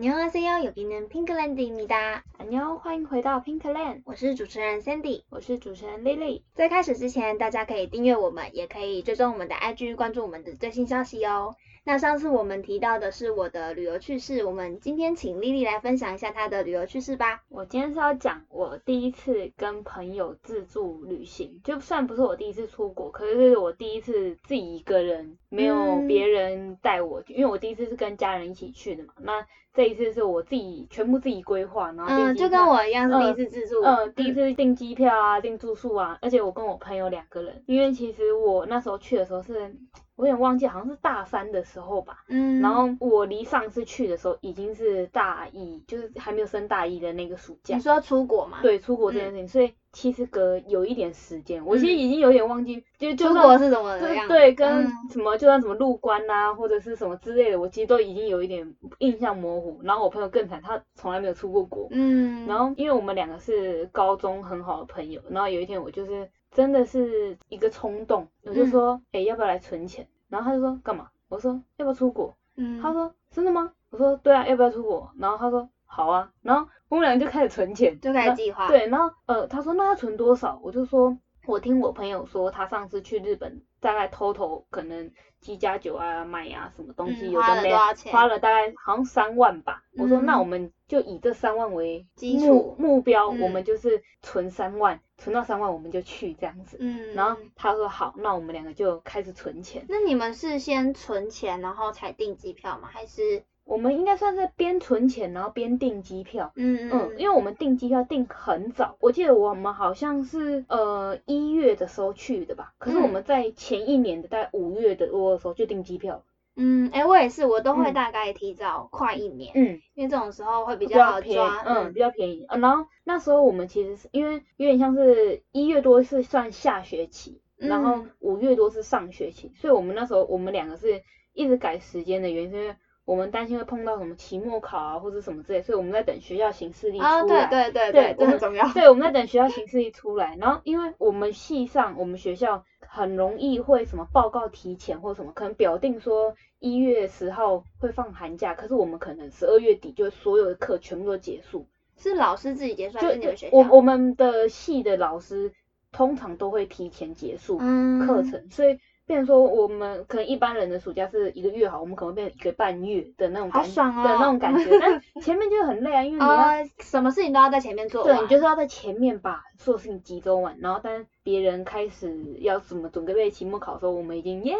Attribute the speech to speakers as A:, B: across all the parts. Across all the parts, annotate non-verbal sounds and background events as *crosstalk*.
A: 여기는 핑클랜드입니다.
B: 안녕，欢迎回到 Pinkland，
A: 我是主持人 Sandy。
B: 我是主持人 Lily。
A: 在开始之前，大家可以订阅我们，也可以追踪我们的 IG，关注我们的最新消息哦。那上次我们提到的是我的旅游趣事，我们今天请 Lily 来分享一下她的旅游趣事吧。
B: 我今天是要讲我第一次跟朋友自助旅行，就算不是我第一次出国，可是是我第一次自己一个人，没有
A: 嗯
B: 别人带我，因为我第一次是跟家人一起去的嘛。那这一次是我自己全部自己规划，然后订
A: 嗯，
B: 机
A: 就跟
B: 票
A: 我一样是第一次自助。
B: 嗯，第一次订机票啊，订住宿啊，而且我跟我朋友两个人，因为其实我那时候去的时候是，我有点忘记，好像是大三的时候吧。
A: 嗯，
B: 然后我离上次去的时候已经是大一，就是还没有升大一的那个暑假
A: 你。说嗯出国嘛？，
B: 对，出国这件事情，所以其实隔有一点时间，我其实已经有点忘记，就就
A: 嗯出
B: 算
A: 国是怎么
B: 对
A: 样？
B: 对，跟
A: 嗯
B: 什么就算什么入关啦、或者是什么之类的，我其实都已经有一点印象模糊。然后我朋友更惨，他从来没有出过国，
A: 嗯，
B: 然
A: 后
B: 后因为我们两个是高中很好的朋友，然后有一天我就是真的是一个冲动，我
A: 嗯
B: 就说，哎、要不要来存钱？然后他就说干嘛？我说要不要出国？
A: 嗯，
B: 他说真的吗？我说对啊，要不要出国？然后他说好啊，然后我们两个就开始存钱，
A: 就开始计划。
B: 那。对，然后呃，他说那要存多少？我就说我听我朋友说，他上次去日本大概偷偷可能七加酒啊、买啊什么东西，
A: 嗯
B: 有
A: 花
B: 的
A: 了
B: 没
A: 多少钱
B: 花了大概好像三万吧。我说那
A: 嗯
B: 我们就以这三万为
A: 基
B: 目
A: 础
B: 目标，我
A: 嗯
B: 们就是存三万，存到三万我们就去这样子。
A: 嗯，
B: 然后他说好，那我们两个就开始存钱。
A: 那你们是先存钱，然后才订机票吗？还是
B: 我们应该算是边存钱，然后边订机票。
A: 嗯
B: 嗯，因为我们订机票订很早，我记得我们好像是呃一月的时候去的吧，可是我们在前一年的大概五月的多的时候就订机票，
A: 嗯，哎、我也是，我都会
B: 嗯
A: 大概提早快一年，
B: 嗯，
A: 因为这种时候会比
B: 比
A: 较好
B: 便宜
A: 抓，，哦
B: 嗯，比较便宜、呃然后那时候我们其实是因为有点像是一月多是算下学期，然后
A: 嗯
B: 五月多是上学期，所以我们那时候我们两个是一直改时间的原因是因为我们担心会碰到什么期末考啊或者什么之类，所以我们在等学校行事历出来。
A: 啊，对对对
B: 对
A: 这
B: 我们
A: 很重要，
B: 对，我们在等学校形式一出来，然后因为我们系上我们学校很容易会什么报告提前或什么，可能表定说一月十号会放寒假，可是我们可能十二月底就所有的课全部都结束，
A: 是老师自己结算，
B: 就
A: 还是你们学校？
B: 我我们的系的老师通常都会提前结束
A: 嗯
B: 课程，所以。变成说，我们可能一般人的暑假是一个月好，我们可能会变成一个半月的那种
A: 好
B: 感觉、
A: 爽哦
B: 的那种感觉，但前面就很累啊，因为你要
A: 呃，什么事情都要在前面做
B: 对，
A: 完
B: 你就是要在前面把所有事情集中完，然后当别人开始要怎么准备期末考的时候，我们已经耶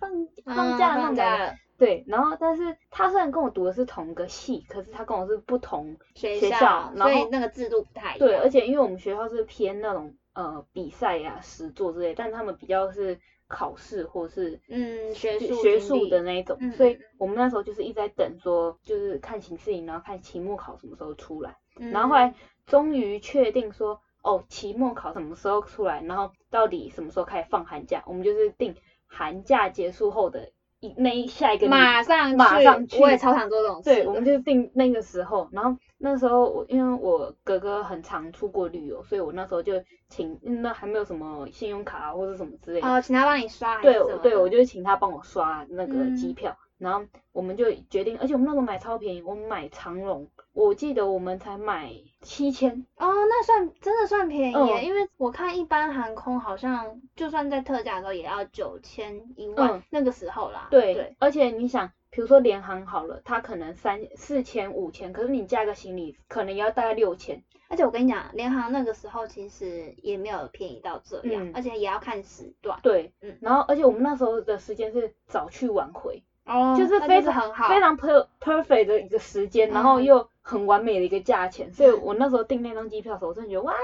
B: 放放假
A: 嗯
B: 了、
A: 放
B: 放
A: 假
B: 假了。
A: 了，
B: 对，然后但是他虽然跟我读的是同个系，可是他跟我是不同。
A: 学
B: 学校
A: 所
B: 然
A: 以
B: 后
A: 那个制度不太一样，
B: 对，而且因为我们学校是偏那种呃比赛呀、实作之类，但他们比较是考试或是
A: 嗯，学
B: 学
A: 术
B: 学
A: 经
B: 术
A: 历
B: 的那一种，
A: 嗯
B: 所以我们那时候就是一直在等说，就是看形势，然后看期末考什么时候出来。
A: 嗯
B: 然后后来终于确定说，哦，期末考什么时候出来，然后到底什么时候开始放寒假，我们就是定寒假结束后的一那一下一个礼
A: 马上
B: 马上去
A: 我也超常做这种事的，
B: 对，我们就是定那个时候，然后那时候我因为我哥哥很常出国旅游，所以我那时候就请，嗯那还没有什么信用卡啊或者什么之类的，
A: 哦，请他帮你刷还是
B: 对
A: 什么
B: 对，
A: 的
B: 我就请他帮我刷那个
A: 嗯
B: 机票，然后我们就决定，而且我们那时候买超便宜，我们买长龙，我记得我们才买七千，
A: 哦，那算真的算便宜耶，
B: 嗯
A: 因为我看一般航空好像就算在特价的时候也要九千一万、
B: 嗯
A: 那个时候啦。
B: 对，
A: 对，
B: 而且你想，比如说联航好了，它可能三四千五千，可是你加个行李可能也要大概六千，
A: 而且我跟你讲，联航那个时候其实也没有便宜到这样，
B: 嗯
A: 而且也要看时段。
B: 对，
A: 嗯
B: 然后而且我们那时候的时间是早去晚回，
A: 哦
B: 就是
A: 那
B: 非
A: 是
B: 常
A: 很好，
B: 非常 per perfect 的一个时间，然后
A: 嗯
B: 又很完美的一个价钱，所以
A: 嗯
B: 我那时候订那张机票的时候，我真的觉得哇，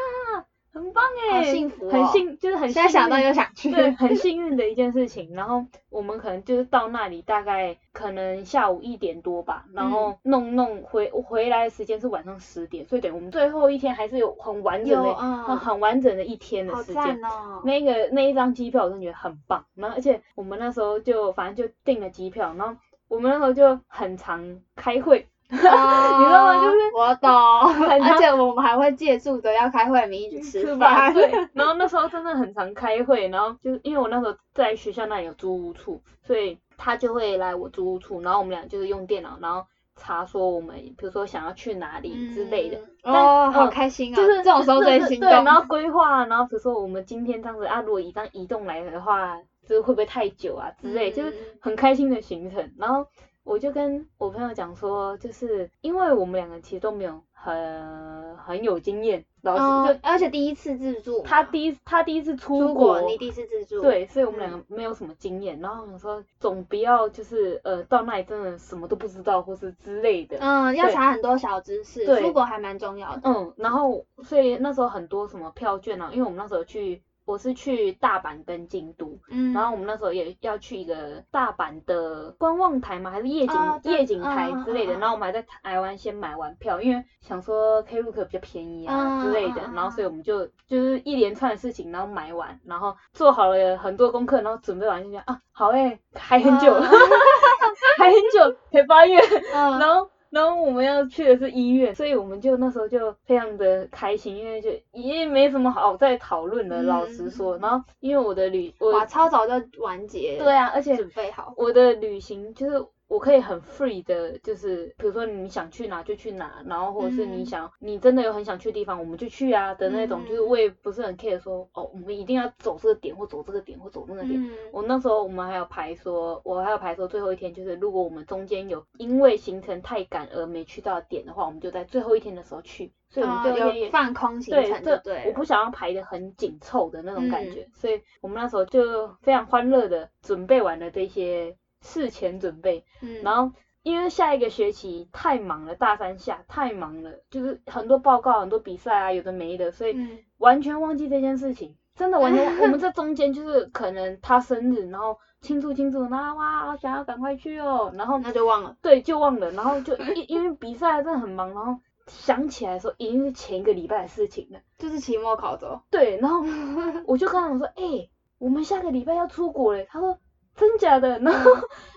B: 很棒哎，
A: 好幸福、哦，
B: 很。幸就是很
A: 现
B: 幸
A: 在想到
B: 运
A: 就想 *laughs* 去。
B: 对，很幸运的一件事情。然后我们可能就是到那里大概可能下午一点多吧，然
A: 嗯
B: 后弄弄回回来的时间是晚上十点，所以等于我们最后一天还是有很完整
A: 有
B: 的、呃
A: 嗯，
B: 很完整的一天的
A: 好
B: 时间
A: 赞。
B: *laughs*
A: 哦。
B: 那个那一张机票我真的觉得很棒，然后而且我们那时候就反正就订了机票，然后我们那时候就很常开会，
A: 你知道
B: 吗就是
A: 哦我懂，
B: *laughs* 很
A: 而
B: 常
A: 且我们还会借助着要开会的名义去吃饭。 *laughs*
B: 对，然后那时候真的很常开会，然后就是因为我那时候在学校那里有租屋处，所以他就会来我租屋处，然后我们俩就是用电脑，然后查说我们比如说想要去哪里之类的，
C: 嗯
B: 但
A: 哦，好
B: 嗯
A: 开心啊！
B: 就是
A: 这种时候最
B: 对
A: 心
B: 对，
A: 动。*laughs*
B: 然后规划，然后比如说我们今天这样子啊，如果以这样移动来的话，就是会不会太久啊之类，就是
C: 嗯
B: 很开心的行程。然后我就跟我朋友讲说，就是因为我们两个其实都没有很很有经验，老师、
C: 哦
B: 就
C: 而且第一次自助嘛，
B: 他第一他第一次
C: 出
B: 出
C: 国，嗯你第一次自助，
B: 对，所以我们两个没有什么经验，然后我说总不要就是呃到那里真的什么都不知道或是之类的，
C: 嗯，要
B: 对
C: 查很多小知识，
B: 对
C: 出国还蛮重要的。
B: 嗯，然后所以那时候很多什么票券啊，因为我们那时候去，我是去大阪跟京都，
C: 嗯，
B: 然后我们那时候也要去一个大阪的观望台嘛，还是夜景、
C: 哦对
B: 夜景台之类
C: 嗯
B: 的，
C: 嗯嗯
B: 然后我们还在台湾先买完票，因为想说 Klook 比较便宜啊、
C: 嗯
B: 之类的
C: 嗯嗯，
B: 然后所以我们就就是一连串的事情，然后买完，然后做好了很多功课，然后准备完就想啊，好诶、还很久，
A: 啊
C: 嗯
B: *laughs* 还很久，才八月。 *laughs*
C: 嗯，
B: 然后然后我们要去的是医院，所以我们就那时候就非常的开心，因为就也没什么好再讨论的，
C: 嗯
B: 老实说。然后因为我的旅
C: 哇，
B: 我
C: 超早就完结，
B: 对，啊，而且
C: 准备好，
B: 我的旅行就是。我可以很 free 的，就是比如说你想去哪就去哪，然后或者是
C: 嗯
B: 你想、你真的有很想去的地方，我们就去啊的那种，
C: 嗯
B: 就是我也不是很 care 说哦，我们一定要走这个点或走这个点或走那个点，
C: 嗯，
B: 我那时候我们还有排说，我还有排说最后一天，就是如果我们中间有因为行程太赶而没去到点的话，我们就在最后一天的时候去，所以我们最
C: 哦
B: 后一天也、
C: 有放空行
B: 对
C: 程
B: 这
C: 就对
B: 我
C: 了，嗯
B: 不想要排的很紧凑的那种感觉，所以我们那时候就非常欢乐的准备完了这些事前准备，
C: 嗯，
B: 然后因为下一个学期太忙了，大三下太忙了，就是很多报告、很多比赛啊，有的没的，所以
C: 嗯
B: 完全忘记这件事情，真的完全忘。
C: *laughs*
B: 我们这中间就是可能他生日，然后庆祝庆祝，然后哇，想要赶快去哦，然后
C: 那就忘了，
B: 对就忘了，然后就因因为比赛真的很忙，然后想起来的时候已经是前一个礼拜的事情了。
A: 就是期末考走，
B: 对，然后我就跟他们说，哎、我们下个礼拜要出国嘞。他说真假的，然后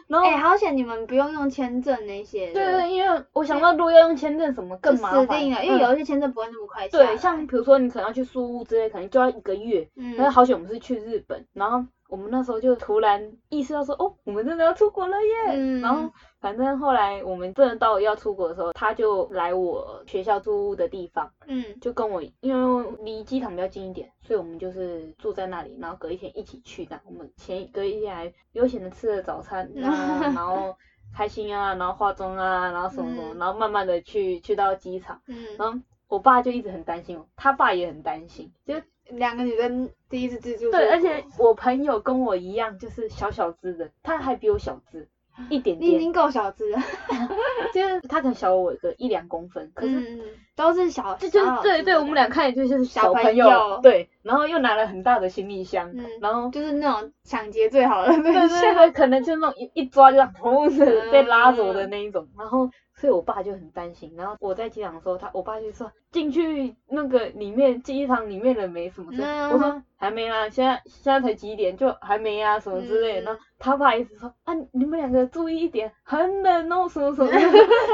B: 然后
C: 哎，好险你们不用用签证那些的，
B: 对对，因为我想到如果要用签证什么更
C: 就
B: 麻
C: 死
B: 烦，
C: 定了，因为
B: 嗯
C: 有一些签证不会那么快下来
B: 对，像比如说你可能要去苏屋之类，可能就要一个月。
C: 嗯
B: 但是好险我们是去日本，然后我们那时候就突然意识到说，哦，我们真的要出国了耶！
C: 嗯
B: 然后反正后来我们真的到要出国的时候，他就来我学校租的地方，
C: 嗯
B: 就跟我因为离机场比较近一点，所以我们就是住在那里，然后隔一天一起去的。我们前一隔一天还悠闲的吃了早餐，然 *laughs* 后然后开心啊，然后化妆啊，然后什么什么，
C: 嗯
B: 然后慢慢的去去到机场，
C: 嗯，
B: 然后我爸就一直很担心我，他爸也很担心，就是
A: 两个女生第一次自助出国，
B: 对，而且我朋友跟我一样，就是小小只的，他还比我小 *laughs* 只一点
A: 你已
B: 点，
A: 经够小资了，
B: 就是他可能小我个一两公分，可是
C: 嗯都是小，
B: 这就是
C: 小小
B: 对
C: 只
B: 对，
C: 的
B: 我们俩看起来就是
A: 小朋
B: 朋
A: 友
B: 对，然后又拿了很大的行李箱，
C: 嗯
B: 然后
A: 就是那种抢劫最好的对
B: *laughs* 对
A: 象。
B: 对对，可能就那种一一抓就这样砰的
C: 嗯
B: 被拉走的那一种，然后所以我爸就很担心，然后我在机场的时候，他我爸就说进去那个里面机场里面的没什么事，
C: 嗯
B: 我说还没啊，现在现在才几点就还没啊什么之类的，
C: 嗯
B: 然后他爸一直说啊你们两个注意一点，很冷哦
C: *laughs*
B: 什么什么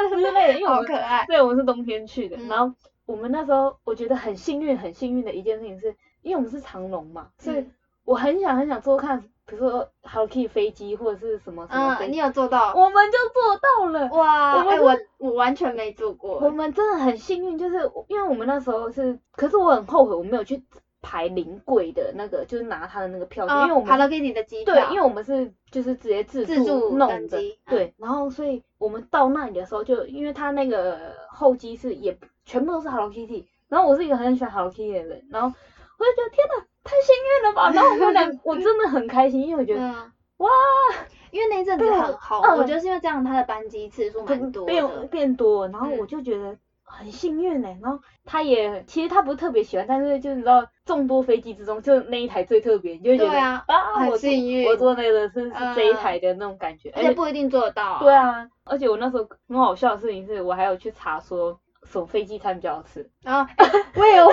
B: 之类的，因为我
A: 好
B: 们
A: 可爱，
B: 对，我们是冬天去的。
C: 嗯
B: 然后我们那时候我觉得很幸运，很幸运的一件事情是，因为我们是长龙嘛，所以
C: 嗯
B: 我很想很想坐看，比如说 Hello Kitty 飞机或者是什么什么
C: 嗯，
B: 飞
C: 你
B: 机，
C: 有做到
B: 我们就做到了。
C: 哇？
B: 我们
C: 哎，
B: 就
C: 我我完全没做
B: 我
C: 过，
B: 们真的很幸运，就是我因为我们那时候是，可是我很后悔我没有去排临柜的那个，就是拿他的那个票，
C: 嗯啊
B: 因为我们
C: Hello Kitty 的机票，
B: 对，因为我们是就是直接自
C: 自助
B: 弄
C: 登
B: 的
C: 机，嗯
B: 对，然后所以我们到那里的时候就，因为他那个候机是也不全部都是 Hello Kitty，然后我是一个很喜欢 Hello Kitty 的人，然后我就觉得天哪，太幸运了吧！然后我们
C: *laughs*
B: 俩我真的很开心，因为我觉得、
C: 嗯，
B: 哇，
C: 因为那一阵子
B: 对
C: 很红，
B: 嗯
C: 我觉得是因为这样，它的班机次数嗯蛮多
B: 变
C: 的。
B: 变多，然后我
C: 嗯
B: 就觉得。很幸运嘞、然后他也其实他不是特别喜欢，但是就你知道众多飞机之中，就那一台最特别，你就会觉
C: 对
B: 得
C: 啊，
B: 啊，
A: 很
B: 我坐
A: 幸运
B: 我坐那个是是这一
C: 嗯
B: 台的那种感觉，
C: 而且不一定做得到。
B: 哎对，啊，而且我那时候很好笑的事情是我还有去查说什么飞机餐比较好 *laughs* 吃。
C: 然后哎我也会，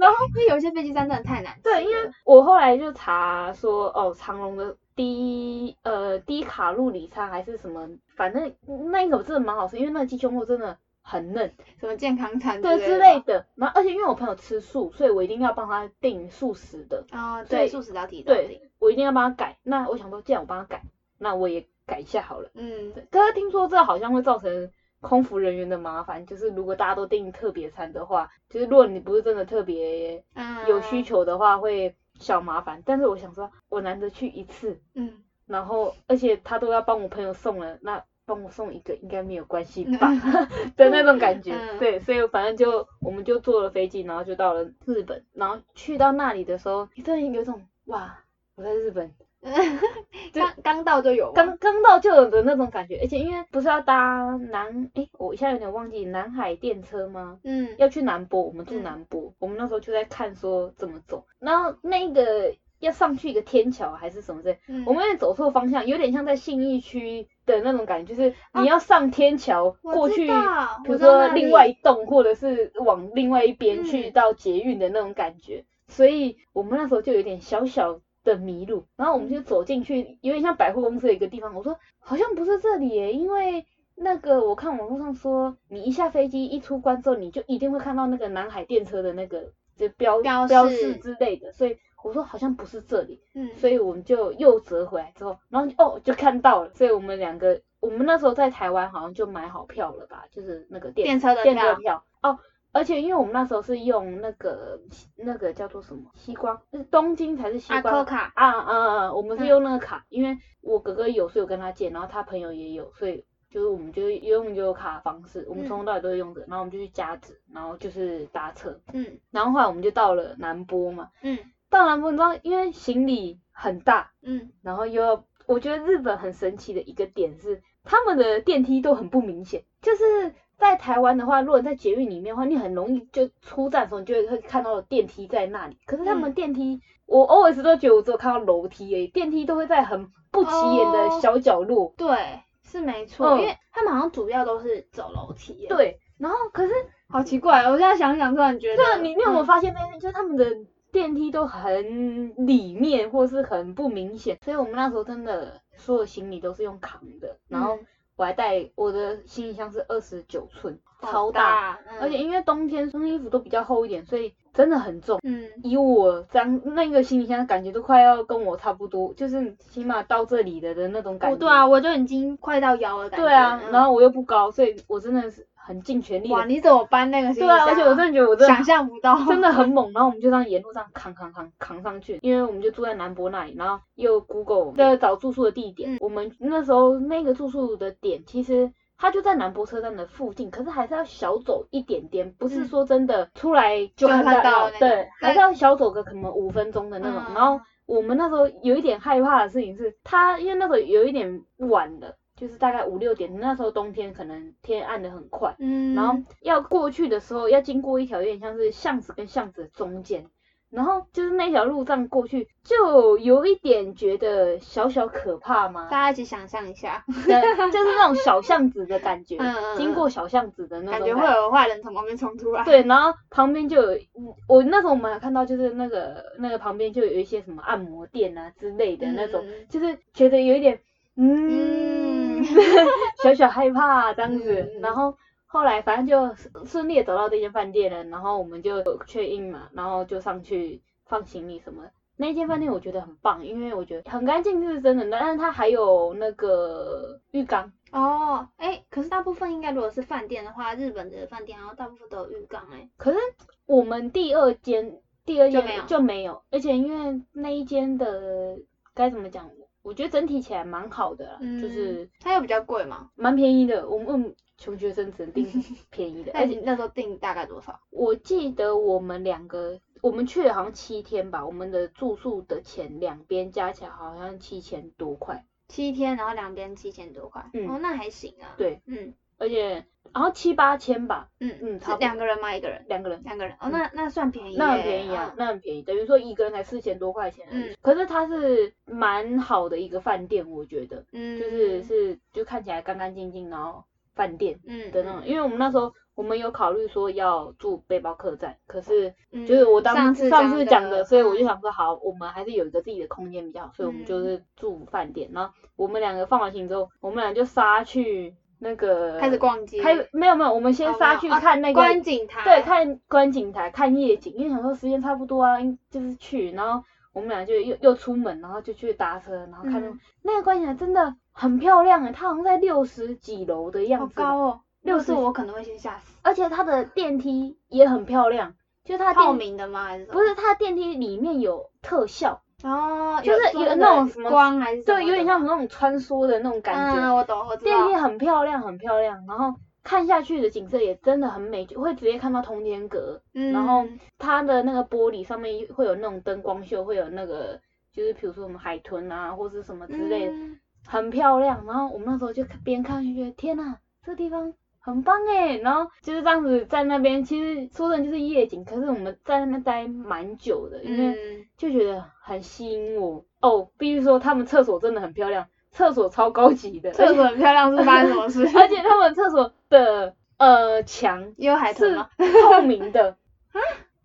C: 然后因为有些飞机餐真的太难吃了。
B: 对，因为我后来就查说哦，长隆的低呃低卡路里餐还是什么，反正那个真的蛮好吃，因为那个鸡胸肉真的很嫩，
A: 什么健康餐
B: 对啊之
A: 之
B: 类
A: 类的，
B: 的。然后而且因为我朋友吃素，所以我一定要帮他订素食的，
C: 啊，
B: 所
C: 对，
B: 以
C: 素食要提到
B: 对我一定要帮他改。那我想说，既然我帮他改，那我也改一下好了。
A: 嗯，
B: 可是听说这好像会造成空服人员的麻烦，就是如果大家都订特别餐的话，就是如果你不是真的特别
A: 嗯
B: 有需，求的话，会小麻烦。但是我想说，我难得去一次，
A: 嗯，
B: 然后而且他都要帮我朋友送了，那帮我送一个应该没有关系
A: 嗯
B: 吧 *laughs* 的那种感觉。
A: 嗯
B: 对，所以反正就我们就坐了飞机，然后就到了日本，然后去到那里的时候，突然有一种哇，我在日本。对
A: 刚刚到就
C: 啊
A: 有吗，
B: 刚刚到就有的那种感觉，而且因为不是要搭南诶，我一下有点忘记南海电车吗？
A: 嗯
B: 要去南波，我们住
A: 嗯
B: 南波，我们那时候就在看说怎么走，然后那个要上去一个天桥还是什么之类，
A: 嗯
B: 我们有点走错方向，有点像在信义区的那种感觉，就是你要上天桥、
A: 哦我
B: 过
A: 知
B: 去，
A: 道
B: 比
A: 我
B: 如
A: 知道
B: 说
A: 那
B: 另
A: 里
B: 外一栋或者是往另外一边去
A: 嗯
B: 到捷运的那种感觉，所以我们那时候就有点小小。的迷路，然后我们
A: 嗯
B: 就走进去，有点像百货公司的一个地方。我说好像不是这里耶，因为那个我看网络上说，你一下飞机一出关之后，你就一定会看到那个南海电车的那个就标
A: 标示
B: 示之类的，所以我说好像不是这里，
A: 嗯，
B: 所以我们就又折回来之后，然后就哦就看到了，所以我们两个我们那时候在台湾好像就买好票了吧，就是那个电
A: 电车的
B: 电车
A: 票
B: 票哦。而且因为我们那时候是用那个那个叫做什么西瓜，是东京才是西
A: 阿
B: 瓜
A: 扣卡，
B: 啊啊啊！我们是用那个卡，因为我哥哥有，所以我跟他借，然后他朋友也有，所以就是我们就是用悠游卡的方式，我
A: 嗯
B: 们从头到尾都是用着，然后我们就去加值，然后就是搭车，
A: 嗯
B: 然后后来我们就到了南波嘛，
A: 嗯
B: 到南波你知道，因为行李很大，
A: 嗯，
B: 然后又要，我觉得日本很神奇的一个点是，他们的电梯都很不明显，就是。在台湾的话，如果你在捷运里面的话，你很容易就出站的时候，你就会会看到电梯在那里。可是他
A: 嗯
B: 们电梯，我 always 都觉得我只有看到楼梯而已，电梯都会在很不起眼的
A: 哦
B: 小角落。
C: 对，是没错，
B: 嗯
C: 因为他们好像主要都是走楼梯耶。
B: 对，然后可是
A: 好奇怪，我现在想想突然觉得，
C: 啊
B: 对，啊你你有没有
A: 嗯
B: 发现那件事就是他们的电梯都很里面，或是很不明显，所以我们那时候真的所有行李都是用扛的，然后
A: 嗯
B: 我还带我的行李箱是二十九寸，超
C: 好
B: 大，
C: 大，嗯
B: 而且因为冬天穿衣服都比较厚一点，所以真的很重。
A: 嗯
B: 以我这样那个行李箱感觉都快要跟我差不多，就是起码到这里的的那种感
C: 哦
B: 觉。
C: 对啊，我就已经快到腰了，感觉。
B: 对啊，
C: 嗯
B: 然后我又不高，所以我真的是很尽全力
A: 哇，
B: 的。
A: 你怎么搬那个行
B: 对
A: 李
B: 啊，
A: 箱
B: 而且我真的觉得我真的
A: 想象不到，
B: 真的
A: *laughs*
B: 很猛。然后我们就这样沿路上扛扛扛扛上去，因为我们就住在南博那里，然后又 Google 在找住宿的地点。
A: 嗯
B: 我们那时候那个住宿的点其实。它就在南博车站的附近，可是还是要小走一点点，不是
A: 嗯
B: 说真的出来
A: 就
B: 就看
A: 看到
B: 到
A: 那，种
B: 对，还
A: 但
B: 是要小走个可能五分钟的那种。
A: 嗯
B: 然后我们那时候有一点害怕的事情是，它因为那时候有一点晚了，就是大概五六点，那时候冬天可能天暗的很快，
A: 嗯，
B: *laughs* 然后要过去的时候，要经过一条有点像是巷子跟巷子的中间，然后就是那条路这样过去，就有一点觉得小小可怕嘛
A: *laughs* 大，家一起想象一下，
B: 对就是那种小巷子的感觉，
A: 嗯嗯嗯
B: 经过小巷子的那
A: 感
B: 种
A: 觉会有坏人从旁边冲出来，，
B: 对，然后旁边就有，我那时候我们还看到就是那个那个旁边就有一些什么按摩店啊之类的那种，
A: 嗯嗯嗯
B: 就是觉得有一点，嗯， *laughs* 小小害怕这样子。
A: 嗯嗯
B: 然后后来反正就顺顺利地找到这间饭店了，然后我们就确认嘛，然后就上去放行李什么的。那间饭店我觉得很棒，因为我觉得很干净是真的，但是它还有那个浴缸，
C: 哦，哎，可是大部分应该如果是饭店的话，日本的饭店好像大部分都有浴缸哎。
B: 可是我们第二间第二间
C: 就没有
B: 而且因为那一间的该怎么讲，我觉得整体起来蛮好的啦，
A: 嗯
B: 就是
A: 它又比较贵嘛，
B: 蛮便宜的。我们穷学生
C: *laughs*
B: 只能订便宜的，
A: 那
B: 而
A: 你
B: 且
A: 那时候订大概多少？
B: 我记得我们两个。我们去了好像七天吧，我们的住宿的钱两边加起来好像七千多块，
C: 七天，然后两边七千多块，
B: 嗯
C: 哦，那还行啊。
B: 对，
C: 嗯
B: 而且然后七八千吧，
C: 嗯
B: 嗯差
C: 是
B: 不多
C: 两个人吗？一个人？
B: 两个人，
C: 两个人，哦，那那算便宜耶，
B: 那很便宜啊，
C: 嗯
B: 那很便宜，等于说一个人才四千多块钱而已。
C: 嗯
B: 可是它是蛮好的一个饭店，我觉得，
C: 嗯，
B: 就是是就看起来干干净净，然后饭店
C: 嗯
B: 的那种。
C: 嗯
B: 因为我们那时候我们有考虑说要住背包客栈，可是
C: 嗯
B: 就是我当
C: 上次
B: 上次
C: 讲
B: 讲
C: 的
B: 的，所以我
C: 嗯
B: 就想说好，我们还是有一个自己的空间比较好，所以我们
C: 嗯
B: 就是住饭店。然后我们两个放完行之后，我们俩就杀去那个
A: 开始逛街，
B: 开没有没有，我们先
A: 哦
B: 杀
A: 没有
B: 去
A: 啊
B: 看那个
A: 观景台，
B: 对，看观景台，看夜景，因为想说时间差不多啊，应就是去，然后我们俩就又又出门，然后就去搭车，然后看那、
A: 嗯
B: 欸那个观景台真的很漂亮诶、它好像在六十几楼的
A: 好
B: 样子吧，
A: 高哦，
B: 六
A: 六十
B: 十
A: 我可能会先吓死。
B: 而且它的电梯也很漂亮，就是它的
A: 透
B: 电
A: 明的吗？还是什么
B: 不？是它的电梯里面有特效，
A: 哦，
B: 就是
A: 做
B: 有
A: 那
B: 那
A: 个
B: 种什么
A: 光还是什么
B: 对，有
A: 的
B: 点像那种穿梭的那种感觉。
A: 嗯，我懂，我知
B: 电
A: 道
B: 梯。很漂亮，很漂亮，然后看下去的景色也真的很美，就会直接看到通天阁，
A: 嗯
B: 然后它的那个玻璃上面会有那种灯光秀，会有那个就是比如说我们海豚啊，或是什么之类的，
A: 嗯
B: 很漂亮。然后我们那时候就看边看就觉得天呐，这地方。很棒哎，然后就是这样子在那边，其实说真的就是夜景，可是我们在那边待蛮久的，因为
A: 嗯，
B: 就觉得很吸引我哦。必须说他们厕所真的很漂亮，厕所超高级的，
A: 厕所很漂亮，是发生什么 *laughs* 事？
B: 而且他们厕所的呃墙
A: 也有海豚
B: 是
A: 吗？
B: 透明的啊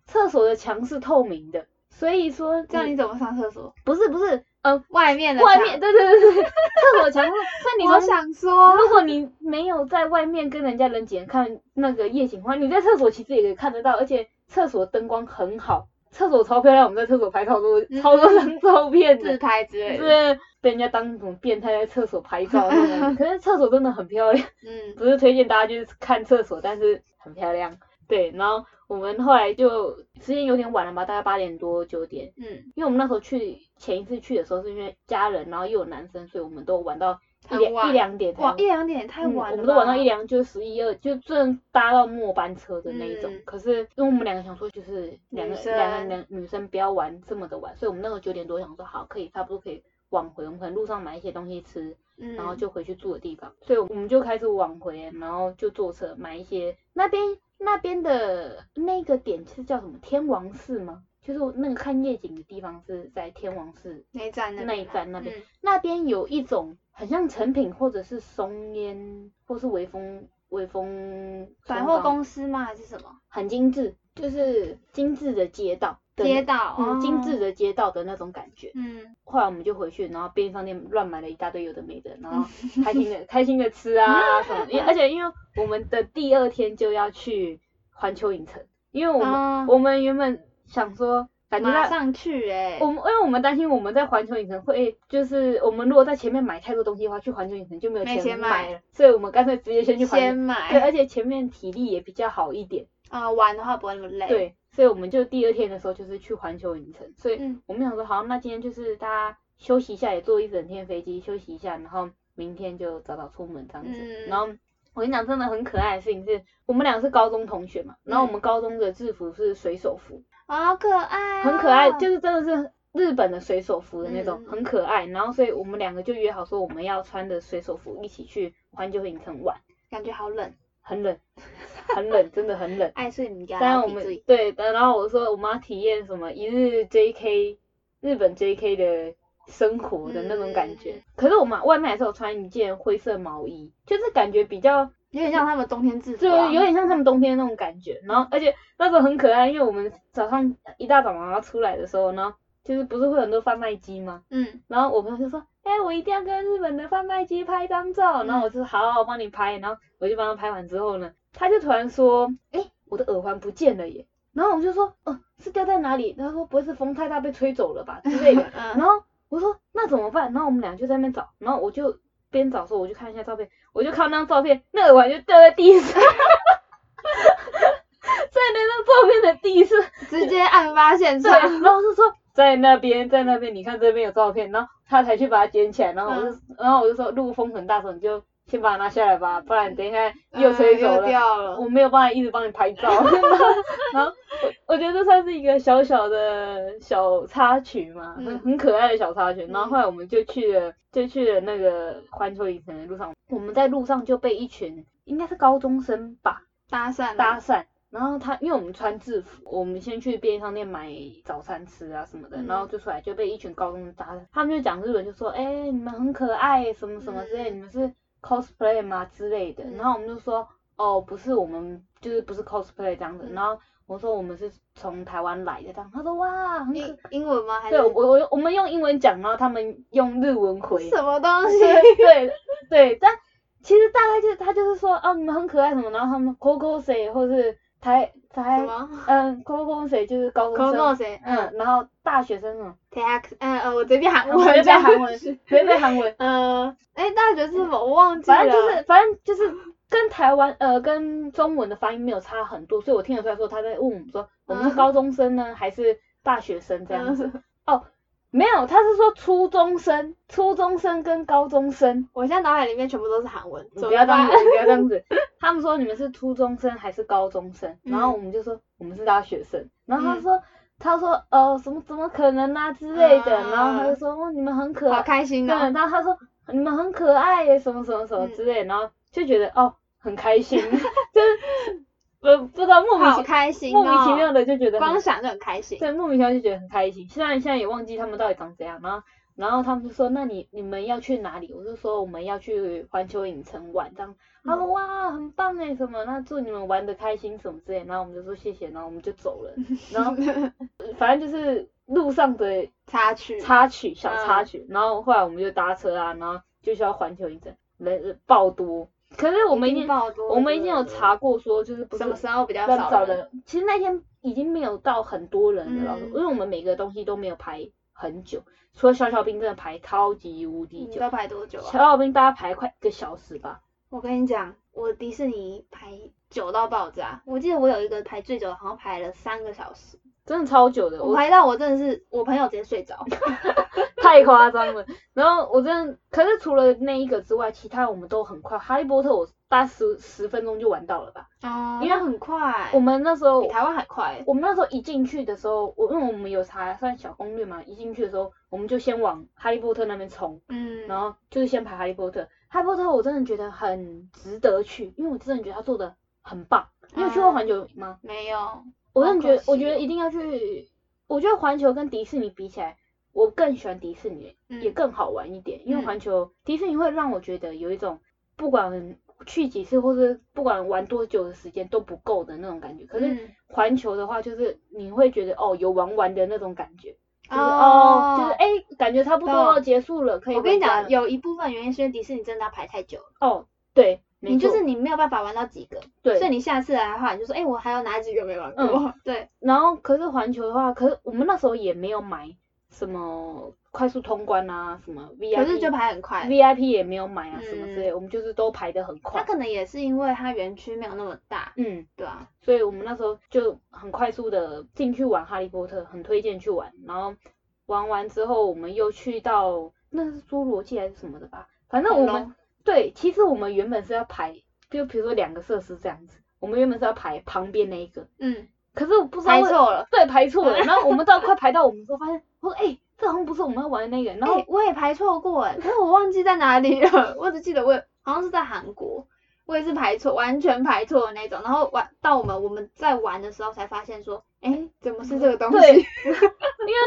B: 厕所的墙是透明的，所以说
A: 这样
B: 你
A: 你怎么上厕所？
B: 不是不是呃
A: 外面的
B: 外
A: 墙
B: 面，对对对对，厕所墙是，所以你
A: 我
B: 说。
A: 想说，
B: 如果你没有在外面跟人家人挤人看那个夜景的话，你在厕所其实也可以看得到，而且厕所灯光很好，厕所超漂亮，我们在厕所拍超多
A: 嗯
B: 超多张照片的
A: 自，拍之类的。
B: 是被人家当什么变态在厕所拍照那
A: *laughs*
B: 种感觉。可是厕所真的很漂亮， *laughs*
A: 嗯，
B: 不是推荐大家去看厕所，但是很漂亮。对，然后我们后来就时间有点晚了吧，大概八点多九点，
A: 嗯，
B: 因为我们那时候去前一次去的时候是因为家人，然后又有男生，所以我们都玩到一
A: 很
B: 两
A: 晚
B: 一两点才
A: 哇，一两点也太
B: 嗯
A: 晚了吧。
B: 我们都玩到一两就十一二，就真的搭到末班车的那一种。
A: 嗯
B: 可是因为我们两个想说，就是两个
A: 女生
B: 两个男女生不要玩这么的晚，所以我们那时候九点多想说好，可以差不多可以往回，我们可能路上买一些东西吃，
A: 嗯，
B: 然后就回去住的地方，所以我们就开始往回，然后就坐车买一些那边那边的那个点是叫什么天王寺吗？就是那个看夜景的地方是在天王寺
A: 内站那
B: 那一站那边，
A: 边，嗯
B: 那边有一种很像成品或者是松烟或是微风微风
A: 百货
B: 松糕，
A: 公司吗？还是什么
B: 很精致，就是精致的街道的
A: 街道？
B: 嗯，精致
A: 哦。
B: 的街道的那种感觉。
A: 嗯，
B: 后来我们就回去，然后便利商店乱买了一大堆有的没的，然
A: *laughs*
B: 后开心的开心的吃啊什么的。因为而且因为我们的第二天就要去环球影城，因为我们、
A: 啊
B: 我们原本想说感觉
A: 马
B: 到
A: 上去哎
B: 我。们因为我们担心我们在环球影城会，就是我们如果在前面买太多东西的话，去环球影城就没有
A: 没钱买
B: 买了，所以我们干脆直接先去环
A: 先
B: 球。对，
A: 买
B: 而且前面体力也比较好一点，
A: 啊，玩的话不会那么累。，
B: 对，所以我们就第二天的时候就是去环球影城，所以
A: 嗯
B: 我们想说，好，那今天就是大家休息一下，也坐一整天飞机休息一下，然后明天就早早出门这样子。
A: 嗯
B: 然后我跟你讲，真的很可爱的事情是，我们俩是高中同学嘛，
A: 嗯
B: 然后我们高中的制服是水手服，
A: 好可爱哦，
B: 很可爱，就是真的是日本的水手服的那种，
A: 嗯
B: 很可爱。然后所以我们两个就约好说，我们要穿着水手服一起去环球影城玩，
A: 感觉好冷，
B: 很冷，很冷，真
A: *laughs*
B: 的很冷。
A: 爱睡你家，
B: 但
A: 然
B: 我
A: 后
B: 们
A: 皮最
B: 对，但然后我说我们要体验什么一日 JK 日本 JK 的生活的那种感觉。
A: 嗯
B: 可是我们外面还是有穿一件灰色毛衣，就是感觉比较
A: 有点像他们冬天制服
B: 就
A: 啊，
B: 有点像他们冬天那种感觉。然后，而且那时候很可爱，因为我们早上一大早妈妈出来的时候呢，就是不是会有很多贩卖机吗？
A: 嗯，
B: 然后我朋友就说：“哎、我一定要跟日本的贩卖机拍一张照。”然后我就说：“好，我帮你拍。”然后我就帮他拍完之后呢，他就突然说：“哎、我的耳环不见了耶！”然后我就说：“哦、是掉在哪里？”他说：“不会是风太大被吹走了吧之类的。”然
A: 嗯，
B: 后我说那怎么办？然后我们俩就在那边找，然后我就边找的时候我就看一下照片，我就看到那张照片，那耳环就掉在地上，在 *laughs* 那张照片的
A: *laughs*
B: 地上，
A: 直接案发现
B: 对，
A: 场，
B: 然后就说在那边，在那边，你看这边有照片，然后他才去把它捡起来，然后我
A: 嗯
B: 就，然后我就说路风很大，你就先把它拿下来吧，不然等一下又吹
A: 嗯
B: 走
A: 又
B: 了。
A: 掉了，
B: 我没有办法一直帮你拍
A: *laughs*
B: 照，然后我我觉得这算是一个小小的小插曲嘛，很
A: 嗯
B: 很可爱的小插曲。然后
A: 嗯
B: 后来我们就去了，就去了那个环球影城的路上，我们在路上就被一群应该是高中生吧
A: 搭讪
B: 搭
A: 了，
B: 讪。然后他，因为我们穿制服，我们先去便利商店买早餐吃啊什么的，
A: 嗯
B: 然后就出来就被一群高中生搭讪，他们就讲日文，就说，哎、你们很可爱，什么什么之类，
A: 嗯
B: 你们是 cosplay 吗之类的，
A: 嗯
B: 然后我们就说，哦，不是，我们就是不是 cosplay 这样子，
A: 嗯
B: 然后我说我们是从台湾来的这样，他说哇，很可
A: 英，英文吗？还是
B: 对我我我们用英文讲，然后他们用日文回，
A: 什么东西？
B: 对对对，但其实大概就是他就是说，啊，你们很可爱什么，然后他们 Coco 谁或是台台
A: 什么？
B: 嗯 Coco 谁就是高中
A: 口
B: 生，
A: 诺谁？嗯
B: 嗯，然后大学生什么，
A: ，tax，嗯呃， *laughs* 我随便喊，
B: 我随便韩
A: *laughs* 韩
B: 文，随便韩文，
A: *laughs* 呃，哎，大学是否我忘记了？
B: 反正就是反正就是跟台湾呃跟中文的发音没有差很多，所以我听得出来说他在问我们说我们是
A: 嗯
B: 高中生呢还是大学生这样子。哦，没有，他是说初中生，初中生跟高中生。
A: 我现在脑海里面全部都是韩文，
B: 你
A: 怎
B: 不要
A: 么
B: 这样
A: 办
B: 子，？你不要这
A: *laughs*
B: 样子。他们说你们是初中生还是高中生，然后
A: 嗯
B: 我们就说我们是大学生。然后他
A: 嗯
B: 说、他说呃什么怎么可能啊之类的，然后他就
A: 啊
B: 说哦你们很可
A: 好
B: 爱，
A: 开心
B: 对，
A: 哦！嗯
B: 然后他说你们很可爱耶，什么什么什么之类的，然后就觉得哦很
A: *laughs*
B: 开心，就是呃不知道莫名
A: 好
B: 其
A: 开心哦！
B: 莫名其妙的就觉得很
A: 光想就很开心。
B: 对，莫名其妙就觉得很开心。虽然现在也忘记他们到底长怎样，然后然后他们就说，那你你们要去哪里？我就说我们要去环球影城玩，这样。他
A: 嗯
B: 说哇，很棒哎，什么？那祝你们玩的开心什么之类。然后我们就说谢谢，然后我们就走
A: *laughs*
B: 了。然后呃反正就是路上的
A: 插曲，
B: 插曲，小
A: 嗯
B: 插曲。然后后来我们就搭车啊，然后就去到环球影城，人人爆多。可是我们已
A: 一
B: 经
A: 定爆多
B: 我们已经有
A: 的
B: 查过说，就是不是
A: 什么时候比较
B: 要
A: 少
B: 找人？。其实那天已经没有到很多人了，老实
A: 嗯
B: 说因为我们每个东西都没有排很久，除了小小兵真的排超级无敌
A: 你
B: 久，
A: 都排多久
B: 小
A: 啊？
B: 小兵大概排快一个小时吧。
A: 我跟你讲，我迪士尼排久到爆炸，
C: 我记得我有一个排最久的，好像排了三个小时，
B: 真的超久的，
A: 我
B: 我
A: 排到我真的是我朋友直接睡着。
B: *laughs* 太夸张了。然后我真的，可是除了那一个之外，其他我们都很快。哈利波特我大概十十分钟就玩到了吧？
A: 哦
B: 因
A: 因
B: 为
A: 为很快，
B: 我们那时候
A: 比台湾还快欸。
B: 我们那时候一进去的时候，我因为我们有查算小攻略嘛，一进去的时候我们就先往哈利波特那边冲，
A: 嗯
B: 然后就是先排哈利波特。哈利波特我真的觉得很值得去，因为我真的觉得他做的很棒。你有去过
A: 嗯
B: 环球影吗？
A: 没有，
B: 我真的觉
A: 好，
B: 得
A: 可惜哦
B: 我觉得一定要去。我觉得环球跟迪士尼比起来，我更喜欢迪士尼，
A: 嗯
B: 也更好玩一点。因为
A: 嗯
B: 环球、迪士尼会让我觉得有一种不管去几次，或是不管玩多久的时间都不够的那种感觉。可是
A: 嗯
B: 环球的话，就是你会觉得哦，有玩完的那种感觉，就是哦
A: 哦，
B: 就是哎、感觉差不多
A: 懂
B: 结束了，可以
A: 我跟你
B: 回
A: 讲，
B: 家了
A: 有一部分原因是因为迪士尼真的要排太久了，
B: 哦，对，没
A: 你就
B: 错
A: 是你没有办法玩到几个，
B: 对
A: 所以你下次来的话，你就说，哎、我还有哪几个没玩过？对，
B: 然后可是环球的话，可是我们那时候也没有买什么快速通关啊，什么 VIP，
A: 可是就排很快。
B: VIP 也没有买啊，什么之
A: 嗯
B: 类的，我们就是都排的很
A: 它
B: 快。
A: 可能也是因为它园区没有那么大，
B: 嗯，
A: 对啊，
B: 所以我们那时候就很快速的进去玩哈利波特，很推荐去玩。然后玩完之后，我们又去到那是侏罗纪还是什么的吧，反正我
A: 恐
B: 们
A: 龙
B: 对，其实我们原本是要排，就比如说两个设施这样子，我们原本是要排旁边那一个，
A: 嗯，
B: 可是我不知道
A: 排
B: 为
A: 错了。
B: 对，排错了。然后我们到快排到我们的时候，发现我说，哎、这好像不是我们要玩的那个。然
A: 哎、 *laughs*
B: 后、
A: 我也排错过哎、可是我忘记在哪里了，我只记得我好像是在韩国，我也是排错，完全排错的那种。然后玩到我们我们在玩的时候才发现说，哎、怎么是这个东
B: 对，因
A: 西？
B: 为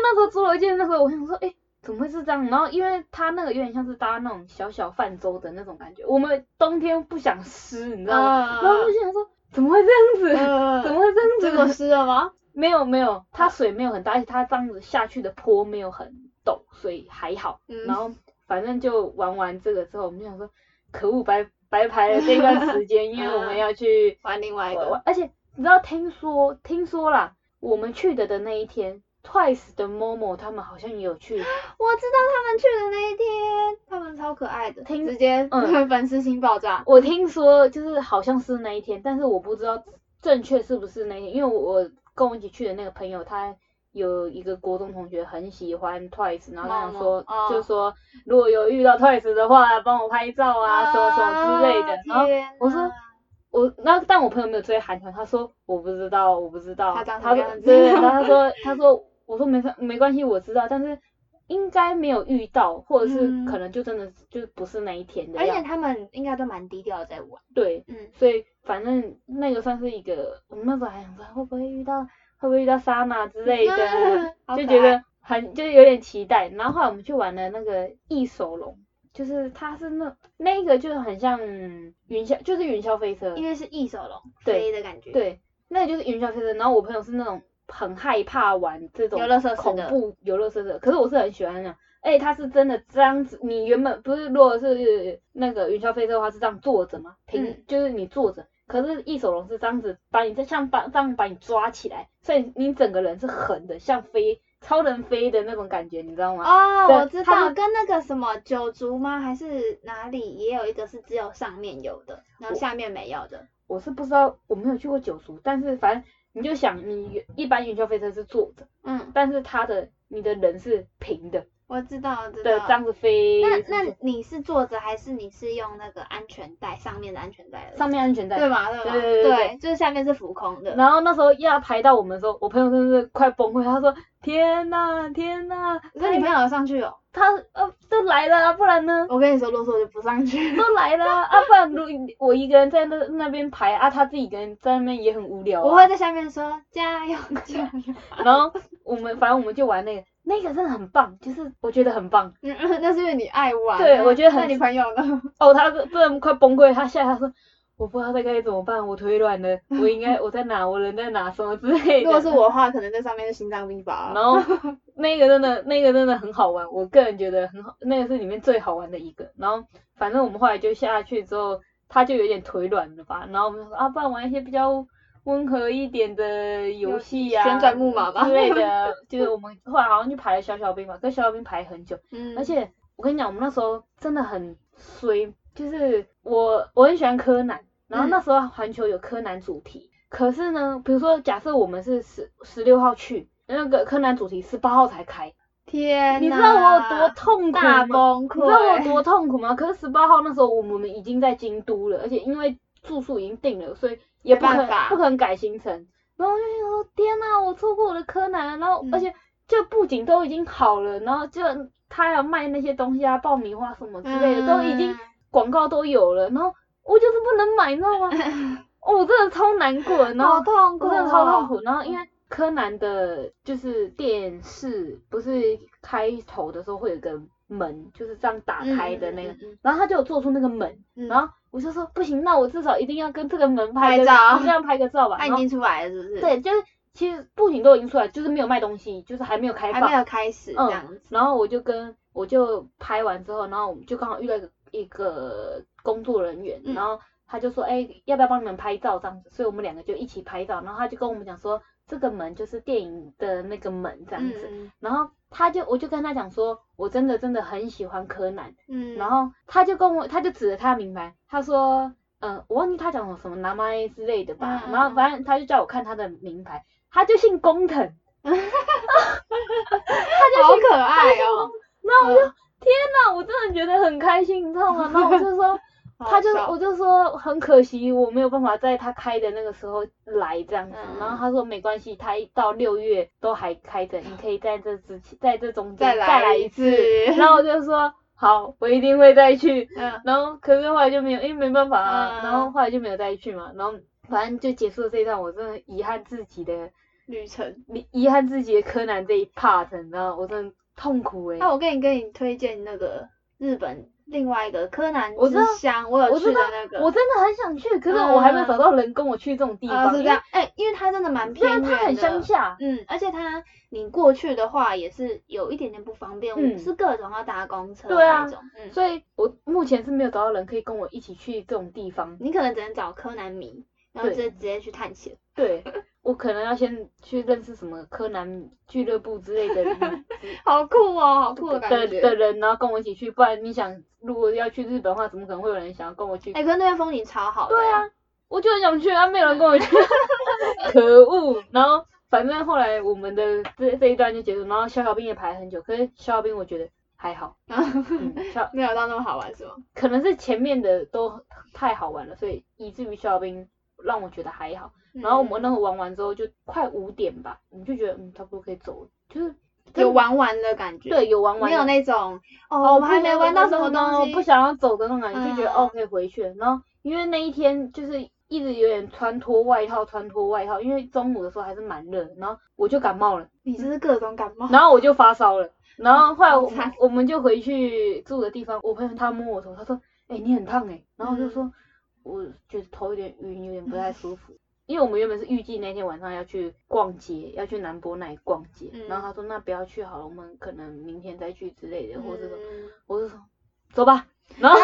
B: 那时候侏罗纪那时候，我想说，哎、怎么会是这样？然后因为它那个有点像是搭那种小小泛舟的那种感觉，我们冬天不想湿，你知道吗？
A: 啊
B: 然后我就想说，怎么会
A: *laughs*
B: 这样子？
A: 呃
B: 怎么会这
A: 结
B: 样
A: 果
B: 子？
A: 湿了吗？
B: 没有没有，它水没有很大，而且它这样子下去的坡没有很陡，所以还好。
A: 嗯
B: 然后反正就玩完这个之后，我们就想说，可恶，白白排了这段时间，因为我们要去
A: 玩另外一
B: 玩
A: 个
B: 玩，而且你知道，听说听说啦，我们去的的那一天，Twice 的 Momo 他们好像也有
A: *gasps*
B: 去，
A: 我知道他们去的那一天，他们超可爱的，
B: 听
A: 直接、
B: 嗯
A: 粉丝心爆炸。
B: 我听说就是好像是那一天，但是我不知道正确是不是那一天，因为我我跟我一起去的那个朋友他。有一个国中同学很喜欢 Twice，然后他想
A: Momo，
B: 说，
A: 哦
B: 就说如果有遇到 Twice 的话，帮我拍照啊，什么什么之类的
A: 啊。
B: 然后
A: 天
B: 我说
A: 哪
B: 我那但我朋友没有追韩团，他说我不知道，我不知道。
A: 他
B: 他
A: 长什
B: 说
A: 么样
B: 对
A: 子
B: 对，然后他说他说我说没关没关系，我知道，但是应该没有遇到，或者是
A: 嗯
B: 可能就真的就不是那一天的
A: 而且
B: 样子。
A: 他们应该都蛮低调的在玩，
B: 对，
A: 嗯，
B: 所以反正那个算是一个，我们那时候还想说会不会遇到会不会遇到莎娜之
A: *laughs*
B: 类的，
A: 好
B: 就
A: 可
B: 觉
A: 爱
B: 得很就是有点期待。然后后来我们去玩了那个异手龙，就是它是那那个就是很像云霄，就是云霄飞车，
A: 因为是异手龙
B: 对
A: 飞的感觉，，
B: 对，那个就是云霄飞车。然后我朋友是那种很害怕玩这种
A: 游乐设施
B: 恐
A: 的
B: 怖游乐设施的，可是我是很喜欢的。哎、它是真的这样子，你原本不是如果是那个云霄飞车的话是这样坐着嘛，平、
A: 嗯
B: 就是你坐着，可是异手龙是这样子把你在像把这样把你抓起来，所以你整个人是横的，像飞超人飞的那种感觉，你知道吗？
A: 哦，
B: 对
A: 我知
B: 他
A: 道，
B: 们
A: 跟那个什么九族吗？还是哪里也有一个是只有上面有的，然后下面没有的。
B: 我是不知道，我没有去过九族，但是反正你就想，你一般云霄飞车是坐着，
A: 嗯，
B: 但是它的你的人是平的，
A: 我知道，我知
B: 对，这
A: 道。
B: 样子飞。
A: 那那你是坐着还是你是用那个安全带上面的安全带而已？
B: 上面安全带。
A: 对嘛对嘛
B: 对对对对
A: 就是下面是浮空的。
B: 然后那时候要排到我们的时候，我朋友真的是快崩溃，他说：“天呐，天呐，
A: 那你朋友有上去哦？
B: 他呃都来了啊，不然
A: *laughs*
B: 呢？
A: 我跟你说，啰嗦我就不上去。
B: 都来了啊，啊不然如我一个人在那那边排啊，他自己一个人在那边也很无聊、啊。
A: 我会在下面说加油加油， *laughs*
B: 然后我们反正我们就玩那个，那个真的很棒，就是我觉得很棒。
A: 嗯那是因为你爱玩。
B: 对我觉得很
A: 那你朋友呢？
B: 哦，他真的快崩溃，他吓他说。我不知道该该怎么办，我腿软了，我应该我在哪，我人在哪，什么之类的。
A: *laughs* 如果是我的话，可能在上面是心脏病吧。
B: 然
A: *laughs*
B: 后那个真的，那个真的很好玩，我个人觉得很好，那个是里面最好玩的一个。然后反正我们后来就下去之后，他就有点腿软了吧，然后我们就说啊，不然玩一些比较温和一点的游戏呀、
A: 旋转木马吧
B: 之类
A: *laughs*
B: 的。就是我们后来好像就排了小小兵嘛，跟小小兵排很久，
A: 嗯
B: 而且我跟你讲，我们那时候真的很衰，就是我我很喜欢柯南，然后那时候环球有柯南主题，可是呢，比如说假设我们是十十六号去，那个柯南主题十八号才开，
A: 天，
B: 你知道我有多痛苦
A: 大
B: 吗？
A: 崩
B: 你知道我有
A: 溃？
B: 多痛苦吗？可是十八号那时候我们已经在京都了，而且因为住宿已经定了，所以也不可
A: 没办法
B: 能不可能改行程。然后我就想说，天呐，我错过我的柯南了。然后、
A: 嗯
B: 而且就布景都已经好了，然后就他要卖那些东西啊，爆米花什么之类的，都已经
A: 嗯
B: 广告都有了，然后我就是不能买，你知道
A: *laughs*
B: 吗？哦我真的超难过的，然后
A: 嗯好嗯痛苦，哦
B: 我真的超痛。苦。然后因为柯南的就是电视，不是开头的时候会有一个门，就是这样打开的那个，
A: 嗯嗯嗯嗯
B: 然后他就有做出那个门，
A: 嗯
B: 然后我就说不行，那我至少一定要跟这个门拍
A: 拍
B: 个
A: 照
B: 这样拍个照吧。
A: 那嗯啊已
B: 然后
A: 经出来了，是不是？，
B: 对，就是其实布景都已经出来，就是没有卖东西，就是还没有开
A: 还没
B: 放。
A: 有开始
B: 嗯
A: 这样子。
B: 然后我就跟我就拍完之后，然后我们就刚好遇到一个一个工作人员，
A: 嗯
B: 然后他就说，哎、要不要帮你们拍照这样子？所以我们两个就一起拍照，然后他就跟我们讲说，这个门就是电影的那个门这样子。
A: 嗯
B: 然后他就我就跟他讲说，我真的真的很喜欢柯南。
A: 嗯，
B: 然后他就跟我，他就指着他的名牌，他说，嗯、我忘记他讲了什么拿麦之类的吧，
A: 嗯嗯
B: 然后反正他就叫我看他的名牌，他就姓工 *laughs* 藤，
A: 好可爱哦，
B: 然后我就、天哪，我真的觉得很开心，你知道吗？然后我就说，
A: 好
B: 他就
A: 笑
B: 我就说很可惜，我没有办法在他开的那个时候来这样子。
A: 嗯
B: 然后他说没关系，他一到六月都还开着，你可以在这之前，在这中间
A: 再
B: 来
A: 来一
B: 一
A: 次。
B: *laughs* 然后我就说好，我一定会再去。
A: 嗯，
B: 然后可是后来就没有，因为没办法啊，
A: 嗯
B: 然后后来就没有再去嘛。然后反正就结束了这一段，我真的遗憾自己的，
A: 旅程。
B: 遗遗憾自己的柯南这一 part，你知道吗，我真的痛苦哎、
A: 那我跟你跟你推荐那个日本另外一个柯南
B: 我知道
A: 之乡，我有
B: 我
A: 去
B: 知
A: 的
B: 道
A: 那个。
B: 我真的很想去，可是我还没有
A: 嗯
B: 找到人跟我去这种地
A: 啊
B: 方，
A: 是这样，哎，因为它真的蛮
B: 因为，虽
A: 偏
B: 然
A: 远的，
B: 它很乡下，
A: 嗯，而且它你过去的话也是有一点点不方便，
B: 嗯
A: 是各种要搭公车
B: 对啊
A: 那种。嗯，
B: 所以我目前是没有找到人可以跟我一起去这种地方。
A: 你可能只能找柯南迷，然后
B: 对
A: 就直接去探险。
B: 对，我可能要先去认识什么柯南俱乐部
A: *laughs*
B: 之类的人
A: 好酷哦，好酷的感
B: 的的
A: 觉。
B: 人，然后跟我一起去。不然你想，如果要去日本的话，怎么可能会有人想要跟我去？
A: 哎、可是那边风景超好的。欸
B: 对啊，，我就很想去啊，没有人跟我
A: *laughs*
B: 去，可恶。然后反正后来我们的这这一段就结束，然后小小兵也排很久，可是小小兵我觉得还
A: *laughs*
B: 好，嗯，小
A: 没有到那么好玩是吗？
B: 可能是前面的都太好玩了，所以以至于小小兵让我觉得还好。然后我
A: 嗯
B: 们那会玩完之后就快五点吧，我们就觉得嗯差不多可以走了，就是
A: 嗯有玩完的感觉，
B: 对有玩完
A: 没有
B: 了
A: 那种
B: 哦
A: 哦，我们还没玩到什么东西，
B: 不想要走的那种感觉，就觉得、
A: 嗯
B: 哦可以回去了。然后因为那一天就是一直有点穿脱外套，穿脱外套，因为中午的时候还是蛮热，然后我就感冒了，
A: 你就是各种感冒。
B: 然后我就发烧了，然后后来
A: 哦好
B: 我们
A: 惨
B: 我们就回去住的地方，我朋友他摸我头，他说，哎、你很烫哎、然后我就
A: 嗯
B: 说，我觉得头有点晕，有点不太舒服。因为我们原本是预计那天晚上要去逛街，要去南波那里逛街，
A: 嗯
B: 然后他说那不要去好了，我们可能明天再去之类的，或者什么。
A: 嗯
B: 我就说走吧，然后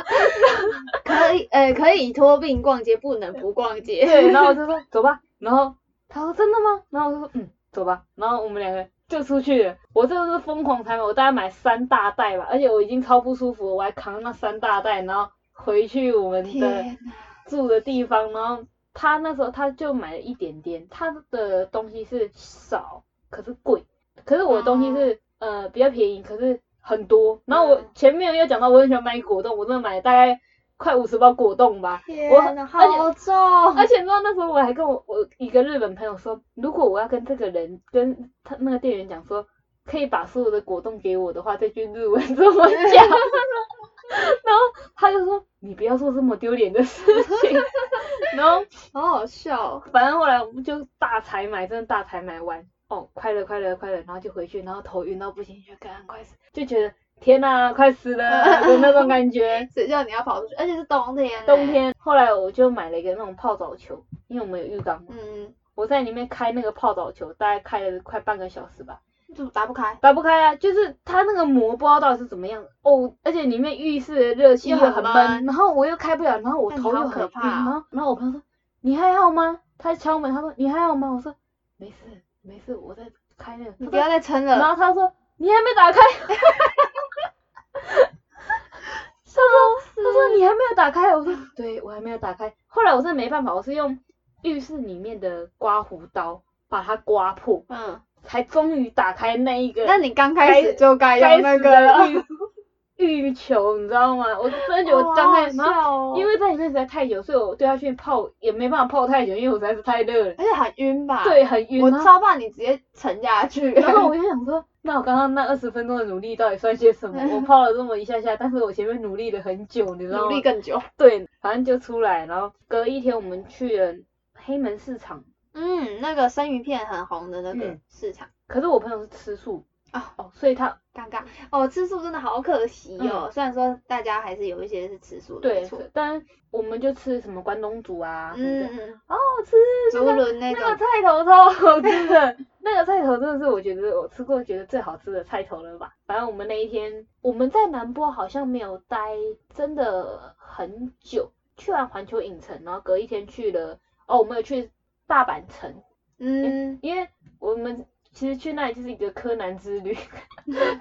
A: *laughs* 可以，呃，可以托病逛街，不能不逛街。
B: 哎对，然后我就说走吧，然后他说真的吗？然后我就说嗯，走吧，然后我们两个就出去了。我真的是疯狂采买，我大概买三大袋吧，而且我已经超不舒服了，我还扛那三大袋，然后回去我们的
A: *laughs* 天啊哪，
B: 住的地方，然后他那时候他就买了一点点，他的东西是少，可是贵，可是我的东西是、呃比较便宜，可是很多。然后我
A: 哦嗯
B: 前面有讲到我很喜欢买果冻，我真的买了大概快五十包果冻吧，
A: 天哪，
B: 而且
A: 好重，
B: 而且你知道那时候我还跟我我一个日本朋友说，如果我要跟这个人跟他那个店员讲说，可以把所有的果冻给我的话，这句日文怎么讲？
A: *laughs*
B: 然后他就说你不要做这么丢脸的事情。然后
A: 好好笑哦。
B: 反正后来我们就大采买，真的大采买完，哦，快乐快乐快乐，然后就回去，然后头晕到不行，就赶快死，就觉得天呐，快死
A: *laughs*
B: 了的那种感觉。
A: 谁叫你要跑出去？而且是冬天，
B: 冬，天，后来我就买了一个那种泡澡球，因为我们有浴缸嘛。
A: 嗯，
B: 我在里面开那个泡澡球，大概开了快半个小时吧，
A: 怎嗯么打不开？
B: 打不开啊，就是它那个膜不知道到底是怎么样哦，而且里面浴室的热气
A: 又
B: 又很
A: 很
B: 闷，
A: 闷
B: 然后我又开不了，然后我
A: 啊那你
B: 头
A: 好
B: 又
A: 可
B: 很晕，
A: 怕哦
B: 然后然后我朋友说你还好吗？他敲门，他说你还好吗？我说没事没事，我在开那个，
A: 你
B: 他
A: 不
B: 说
A: 要再撑
B: 然
A: 了，
B: 后他说你还没
A: *laughs*
B: 打开，他说他说你还没有打开，我说对我还没有打开。后来我真的没办法，我是用浴室里面的刮胡刀把它刮破，
A: 嗯，
B: 才终于打开那一个
A: 那你刚开始就该要那
B: 该死
A: 个了 *laughs*
B: 的，浴 *laughs* 浴球，你知道吗？我真的觉得我刚开始，然后
A: 后
B: 因为在里面实在太久，所以我对它去泡也没办法泡太久，因为我实在是太热了，
A: 而且很晕吧？，
B: 对，很晕。
A: 啊我
B: 然后
A: 超怕你直接沉下 *laughs* 去。
B: 然后我就想说，那我刚刚那二十分钟的努力到底算些什么？我泡了这么一下下，但是我前面努力了很久，你知道
A: 嗯 *laughs* 努
B: 吗
A: 力？更久。
B: 对，反正就出来，然后隔一天我们去了黑门市场，
A: 嗯，那个生鱼片很红的那个
B: 嗯
A: 市场，
B: 可是我朋友是吃素
A: 啊
B: 哦，所以他
A: 尴尬哦，吃素真的好可惜哦。虽然说大家还是有一些是吃素的，没
B: 对
A: 错。，
B: 但我们就吃什么关东煮啊什么的，
A: 嗯，嗯
B: 好好吃，
A: 竹轮那
B: 那个
A: 种，
B: 菜头超好吃
A: *laughs*
B: 的，那个菜头真的是我觉得我吃过觉得最好吃的菜头了吧。反正我们那一天我们在南波好像没有待真的很久，去完环球影城，然后隔一天去了哦，我们有去大阪城，
A: 嗯，
B: 因为我们其实去那里就是一个柯南
A: *laughs*
B: 之旅，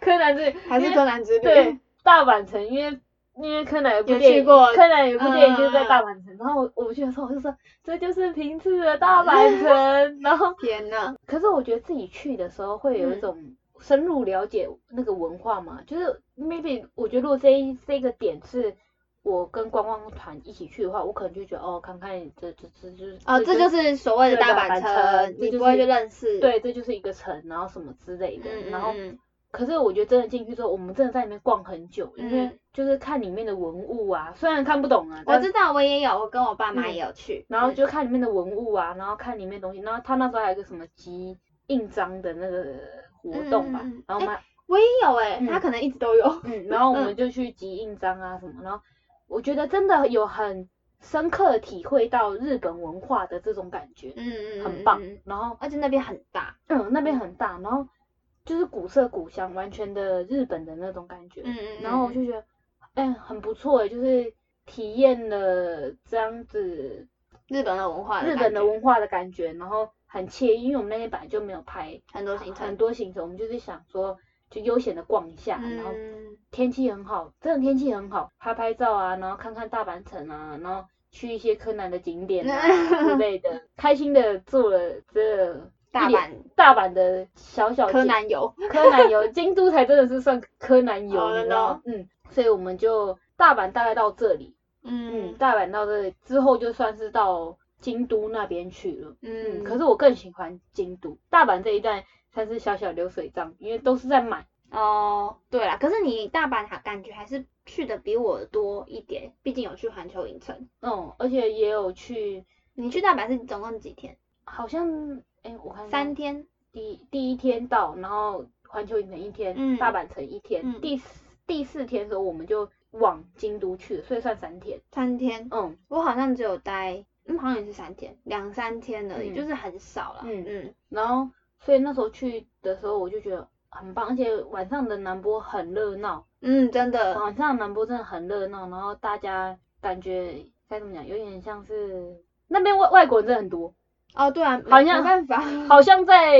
B: 柯南之旅
A: 还是
B: 因为
A: 柯南之旅。
B: 对，大阪城，因为因为柯南有部
A: 嗯有
B: 电
A: 去
B: 影，
A: 过
B: 柯南有一部电影就是在
A: 嗯
B: 大阪城，然后我我去的时候我就说这就是平次的大阪
A: *laughs*
B: 城，然后
A: 天呐，
B: 可是我觉得自己去的时候会有一
A: 嗯
B: 种深入了解那个文化嘛，就是 maybe 我觉得如果这一这个点是我跟观光团一起去的话，我可能就觉得哦，看看这这这就是
A: 哦，这就是所谓的
B: 对
A: 大
B: 大
A: 阪
B: 阪城
A: 城，
B: 这
A: 你
B: 就
A: 不会
B: 是
A: 去认识。，
B: 对，这就是一个城，然后什么之类的，
A: 嗯，
B: 然后
A: 嗯
B: 可是我觉得真的进去之后，我们真的在里面逛很久，因为
A: 嗯
B: 就是看里面的文物啊，虽然看不懂啊，
A: 我
B: 但
A: 知道，我也有，我跟我爸妈也有去，
B: 然后
A: 嗯
B: 就看里面的文物啊，然后看里面东西，然后他那时候还有一个什么集印章的那个活动吧，
A: 嗯嗯嗯嗯
B: 然后我们还
A: 我也有哎、
B: 嗯
A: 他可能一直都有，
B: 嗯，然后我们就去集印章啊什么，然后我觉得真的有很深刻地体会到日本文化的这种感觉，
A: 嗯嗯，
B: 很棒
A: 嗯嗯。
B: 然后
A: 而且那边很大，
B: 嗯，那边很大，然后就是古色古香，完全的日本的那种感觉。
A: 嗯嗯
B: 然后我
A: 嗯
B: 就觉得，哎、很不错哎，就是体验了这样子
A: 日本的文化的
B: 日
A: 感
B: 本的
A: 觉
B: 文化的感觉，然后很惬意，因为我们那天本来就没有拍
A: 很多行
B: 很
A: 程，
B: 多行程，我们就是想说就悠闲的逛一下，然后
A: 嗯，
B: 天气很好，真的天气很好，拍拍照啊，然后看看大阪城啊，然后去一些柯南的景点啊
A: *laughs*
B: 之类的，开心的做了这
A: 大
B: 一连
A: 阪
B: 大阪的小小
A: 柯
B: 景
A: 南游，
B: 柯南游，京都才真的是算柯南游，
A: 哦
B: 你知
A: 真的
B: 道吗？嗯，所以我们就大阪大概到这里，嗯，
A: 嗯
B: 大阪到这里之后就算是到京都那边去了。嗯，
A: 嗯，
B: 可是我更喜欢京都，大阪这一段算是小小流水账，因为都是在买。
A: 哦，
C: 对啦，可是你大阪还感觉还是去的比我多一点，毕竟有去环球影城。
B: 嗯，而且也有去，
C: 你去大阪是总共几天？
B: 好像哎、我看一下
C: 三天。
B: 第第一天到，然后环球影城一天，
C: 嗯
B: 大阪城一天，
C: 嗯
B: 第四第四天的时候我们就往京都去了，所以算三天。
C: 三天，
B: 嗯，
C: 我好像只有待，嗯，好像也是三天，两三天而已，
B: 嗯
C: 就是很少了。
B: 嗯
C: 嗯
B: 然后所以那时候去的时候我就觉得很棒，而且晚上的南波很热闹，呃
C: 嗯，真的，
B: 晚上的南波真的很热闹，然后大家感觉该怎么讲，有点像是那边外外国人真的很多，
C: 哦，对啊，没
B: 好像
C: 没办法，
B: 好像在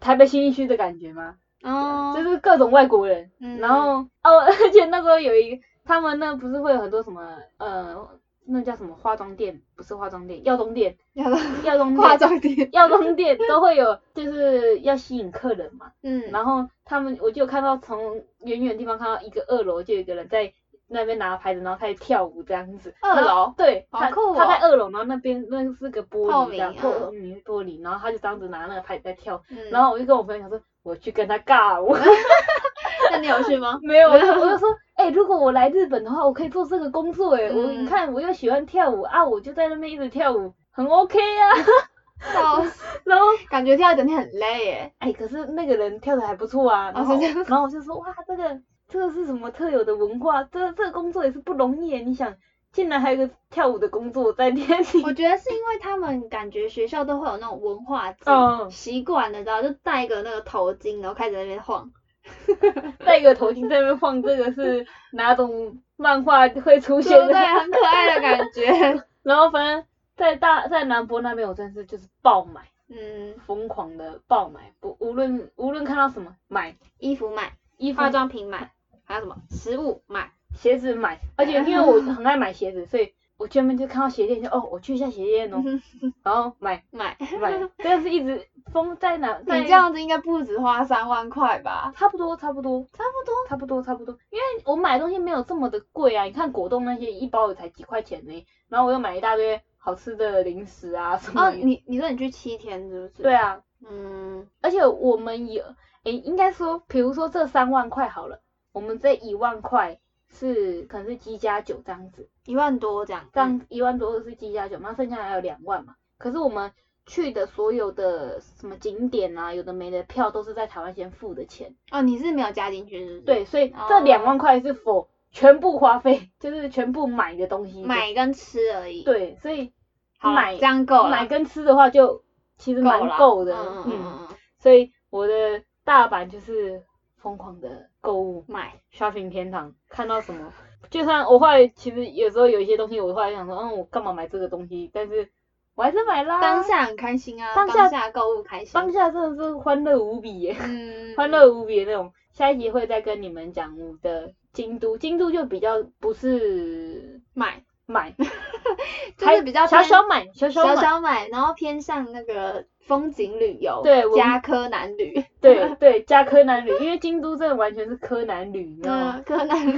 B: 台北新一区的感觉吗？
A: 哦，
B: 就是各种外国人，
A: 嗯
B: 然后哦， *laughs* 而且那时候有一个，他们那不是会有很多什么呃，那叫什么化妆店，不是化妆店，药
A: *laughs*
B: 妆店，
A: 要到
B: 药妆
A: 化
B: 店，
A: 妆
B: *laughs*
A: 店，
B: 药妆店都会有，就是要吸引客人嘛。
A: 嗯，
B: 然后他们，我就看到从远远的地方看到一个二楼就有一个人在那边拿牌子，然后开始跳舞这样子。
A: 二
B: 然后
A: 楼
B: 对，
A: 哦好
B: 他
A: 酷哦
B: 他在二楼，然后那边那是个玻
A: 透
B: 璃这样，
A: 明
B: 透
A: 嗯
B: 明玻璃，然后他就这样子拿那个牌子在跳。
A: 嗯
B: 然后我就跟我朋友讲说，我去跟他尬舞。
A: 那你有去 *laughs* 吗？
B: 没有，我就我就说，哎、如果我来日本的话，我可以做这个工作哎、我
A: 嗯
B: 你看我又喜欢跳舞啊，我就在那边一直跳舞，很 OK 啊。
A: 笑死，
B: 然后
A: 感觉跳一整天很累耶。
B: 哎、可是那个人跳的还不错啊，然
A: 哦
B: 后、
A: 是这样
B: 然后我就说哇，这个这个是什么特有的文化？这这个工作也是不容易耶，你想，竟然还有一个跳舞的工作在店里，
A: 我觉得是因为他们感觉学校都会有那种文化祭
B: 嗯
A: 习惯了，你知道，就戴一个那个头巾，然后开始在那边晃。
B: 戴一个头巾在那边晃，这个是哪种漫画会出现
A: 对不
B: 的？
A: 对？啊很可爱的感觉。
B: 然后反正在大在南波那边，我真的是就是爆买。
A: 嗯，
B: 疯狂的爆买，不无论无论看到什么买，
C: 衣服买，
B: 衣服、
C: 化妆品买，还有什么食物买，
B: 鞋子买，而且因为我很爱买鞋子， *laughs* 所以我专门就看到鞋店就哦，我去一下鞋店哦，
A: 嗯
B: *laughs* 然后买
C: 买
B: 买，但是一直疯在哪？
A: 你这样子应该不止花三万块吧？
B: 差不多差不多差不多差不多差不多，因为我买的东西没有这么的贵啊，你看果冻那些一包也才几块钱呢，然后我又买一大堆好吃的零食啊什么
A: 哦，
B: 的，
A: 你你说你去七天是不是？
B: 对，啊，
A: 嗯，
B: 而且我们有，诶，应该说，比如说这三万块好了，我们这一万块是可能是鸡加酒这样子，
A: 一万多这样。
B: 这样一万多是鸡加酒，那剩下还有两万嘛。可是我们去的所有的什么景点啊，有的没的票都是在台湾先付的钱，
A: 哦，你是没有加进去是不是？，
B: 对，所以这
A: 哦
B: 两万块是否全部花费，就是全部买的东西，
C: 买跟吃而已。
B: 对，所以
A: 好啦
B: 买
A: 这样够了，
B: 买跟吃的话就其实
A: 够
B: 蛮
A: 了，
B: 够的，
A: 嗯嗯嗯嗯，
B: 所以我的大阪就是疯狂的购物
A: 买
B: shopping 天堂，看到什么，就算我后来其实有时候有一些东西，我后来想说，嗯，我干嘛买这个东西？但是我还是买啦。
A: 当下很开心啊，
B: 啊当
A: 当
B: 下
A: 购物开心。
B: 当下真的是欢乐无比耶，
A: 嗯，
B: 欢乐无比的那种。下一集会再跟你们讲我的京都，京都就比较不是
A: 买，
B: 买， *laughs*
A: 就是比较
B: 小
A: 偏
B: 小买，小小买
A: 小，小买，然后偏向那个风景旅游，
B: 对我
A: 加柯南旅，
B: 对对，加柯南旅，因为京都真的完全是柯南旅，你知道吗？
A: 嗯，柯
B: *laughs*
A: 南旅，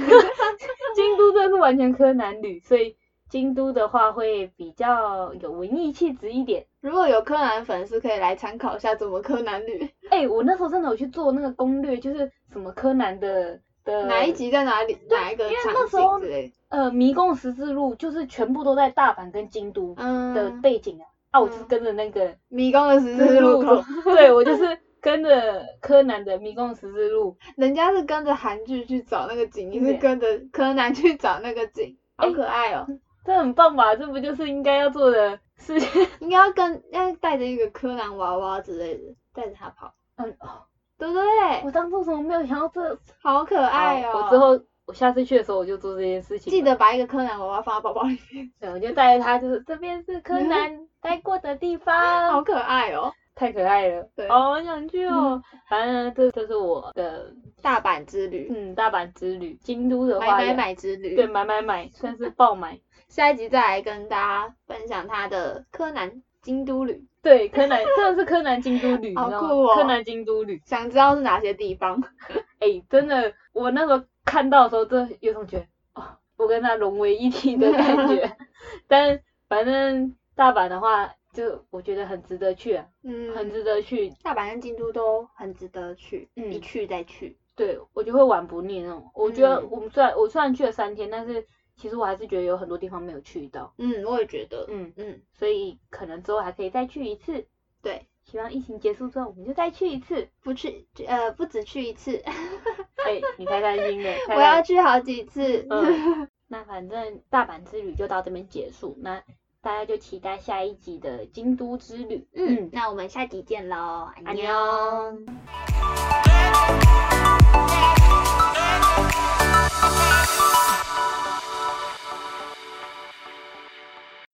B: 京都这是完全柯南旅，所以京都的话会比较有文艺气质一点。
A: 如果有柯南粉丝可以来参考一下怎么柯南旅，
B: 哎、我那时候真的有去做那个攻略，就是什么柯南的的
A: 哪一？集在哪里，哪一个
B: 呃因为那
A: 场
B: 时候
A: 景之类的。
B: 呃，迷宫十字路就是全部都在大阪跟京都的
A: 嗯，
B: 背景啊。啊，我就是跟着那个 *laughs*
A: 迷宫的十
B: 十
A: 字
B: 字
A: 路
B: 路
A: 口
B: 走，，对我就是跟着柯南的迷宫十字路。
A: *laughs* 人家是跟着韩剧去找那个景，你
B: 对哎
A: 是跟着柯南去找那个景，好可爱哦。
B: 这很棒吧？这不就是应该要做的事情？
A: 应该要跟要带着一个柯南娃娃之类的，带着他跑，
B: 嗯，
A: 对不对？
B: 我当初怎么没有想到这？哎
A: 好可爱哦！
B: 好我之后我下次去的时候我就做这件事情。
A: 记得把一个柯南娃娃放在包包里 *laughs* 面，
B: 对，我就带着他，就是这边是柯南待过的地
A: 好
B: *laughs* 方，
A: 可爱哦！
B: 太可爱了，
A: 对
B: 好、我想去哦。反正这这是我的
A: 大阪之旅，
B: 嗯大阪之旅，京都的
A: 买
B: 话也
A: 买买之旅。
B: 对，买买 *laughs* 买，算是爆买。
A: 下一集再来跟大家分享他的柯南京都旅。
B: 对，柯 *laughs* 南真的是柯南京都旅，你知
A: 好
B: 道吗？
A: 酷哦
B: 柯南京都旅，
A: 想知道是哪些地方？
B: 哎、真的，我那时候看到的时候，真的有种觉得哦，我跟他融为一体的感 *laughs* 觉。但反正大阪的话，就我觉得很值得去、啊，很
A: 嗯，
B: 值得去。
A: 大阪跟京都都很值得去，
B: 嗯
A: 一去再去。
B: 对我就会玩不腻那种。我觉得
A: 嗯
B: 我们虽然我虽然去了三天，但是其实我还是觉得有很多地方没有去到，
A: 嗯，我也觉得，
B: 嗯，
A: 嗯，
B: 所以可能之后还可以再去一次。
A: 对，
B: 希望疫情结束之后我们就再去一次。
A: 不去呃不止去一次， *laughs*
B: 哎、你太担 *laughs* 心了，太
A: 我要
B: 担
A: 去好几次。 *laughs*
B: 嗯， *laughs* 那反正大阪之旅就到这边结束，那大家就期待下一集的京都之旅。
C: 嗯，，那我们下集见喽，
B: 安
C: 安
B: 妞
C: 妞。
A: Bye.